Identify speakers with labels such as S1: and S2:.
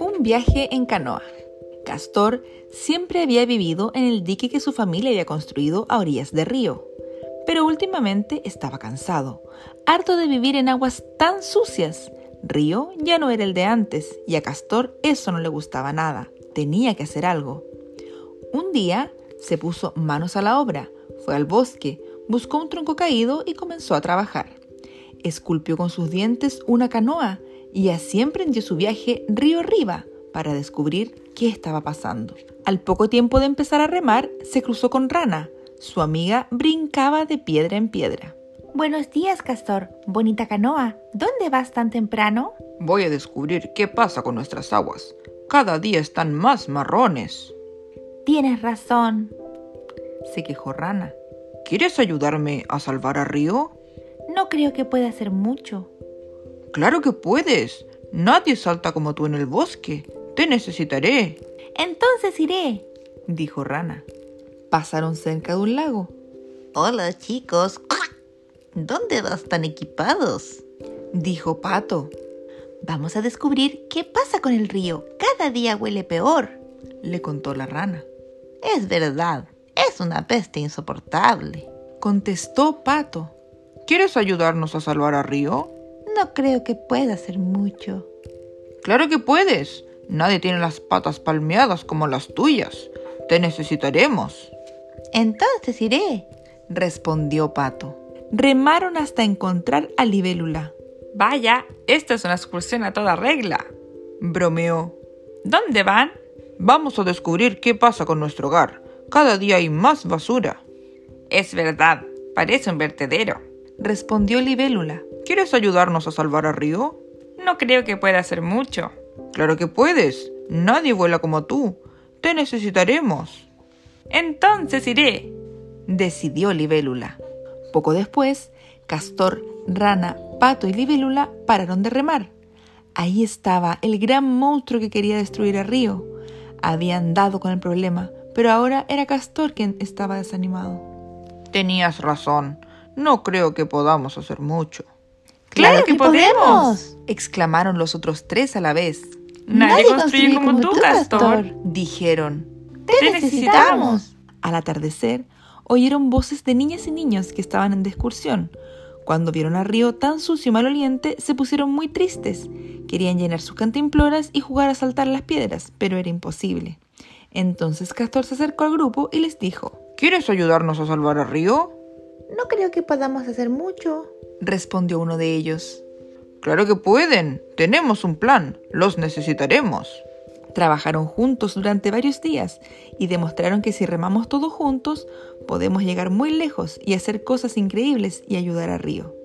S1: Un viaje en canoa. Castor siempre había vivido en el dique que su familia había construido a orillas de río, pero últimamente estaba cansado, harto de vivir en aguas tan sucias. Río ya no era el de antes y a Castor eso no le gustaba nada, tenía que hacer algo. Un día se puso manos a la obra, fue al bosque, buscó un tronco caído y comenzó a trabajar. Esculpió con sus dientes una canoa y así emprendió su viaje río arriba para descubrir qué estaba pasando. Al poco tiempo de empezar a remar, se cruzó con Rana. Su amiga brincaba de piedra en piedra.
S2: Buenos días, Castor. Bonita canoa. ¿Dónde vas tan temprano?
S3: Voy a descubrir qué pasa con nuestras aguas. Cada día están más marrones.
S2: Tienes razón,
S1: se quejó Rana.
S3: ¿Quieres ayudarme a salvar a Río?
S2: No creo que pueda hacer mucho.
S3: Claro que puedes. Nadie salta como tú en el bosque. Te necesitaré.
S2: Entonces iré,
S1: dijo Rana. Pasaron cerca de un lago.
S4: Hola chicos. ¿Dónde vas tan equipados?
S1: Dijo Pato.
S2: Vamos a descubrir qué pasa con el río. Cada día huele peor,
S1: le contó la rana.
S4: Es verdad, es una peste insoportable.
S1: Contestó Pato.
S3: ¿Quieres ayudarnos a salvar a Río?
S2: No creo que pueda hacer mucho.
S3: Claro que puedes. Nadie tiene las patas palmeadas como las tuyas. Te necesitaremos.
S2: Entonces iré,
S1: respondió Pato. Remaron hasta encontrar a Libélula.
S5: Vaya, esta es una excursión a toda regla,
S3: bromeó.
S5: ¿Dónde van?
S3: Vamos a descubrir qué pasa con nuestro hogar. Cada día hay más basura.
S5: Es verdad, parece un vertedero,
S1: respondió Libélula.
S3: ¿Quieres ayudarnos a salvar a Río?
S5: No creo que pueda hacer mucho.
S3: Claro que puedes. Nadie vuela como tú. Te necesitaremos.
S5: Entonces iré,
S1: decidió Libélula. Poco después, Castor, Rana, Pato y Libélula pararon de remar. Ahí estaba el gran monstruo que quería destruir a Río. Habían dado con el problema, pero ahora era Castor quien estaba desanimado.
S3: Tenías razón. No creo que podamos hacer mucho.
S2: ¡Claro, ¡Claro que, que podemos! podemos!
S1: exclamaron los otros tres a la vez.
S5: Nadie, Nadie construye, construye, como, como tú, tú, Castor,
S1: dijeron.
S2: ¡Te, te necesitamos! necesitamos!
S1: Al atardecer, oyeron voces de niñas y niños que estaban en de excursión. Cuando vieron a Río tan sucio y maloliente, se pusieron muy tristes. Querían llenar sus cantimploras y jugar a saltar las piedras, pero era imposible. Entonces Castor se acercó al grupo y les dijo:
S3: ¿Quieres ayudarnos a salvar a Río?
S2: No creo que podamos hacer mucho,
S1: respondió uno de ellos.
S3: Claro que pueden. Tenemos un plan. Los necesitaremos.
S1: Trabajaron juntos durante varios días y demostraron que si remamos todos juntos, podemos llegar muy lejos y hacer cosas increíbles y ayudar a Río.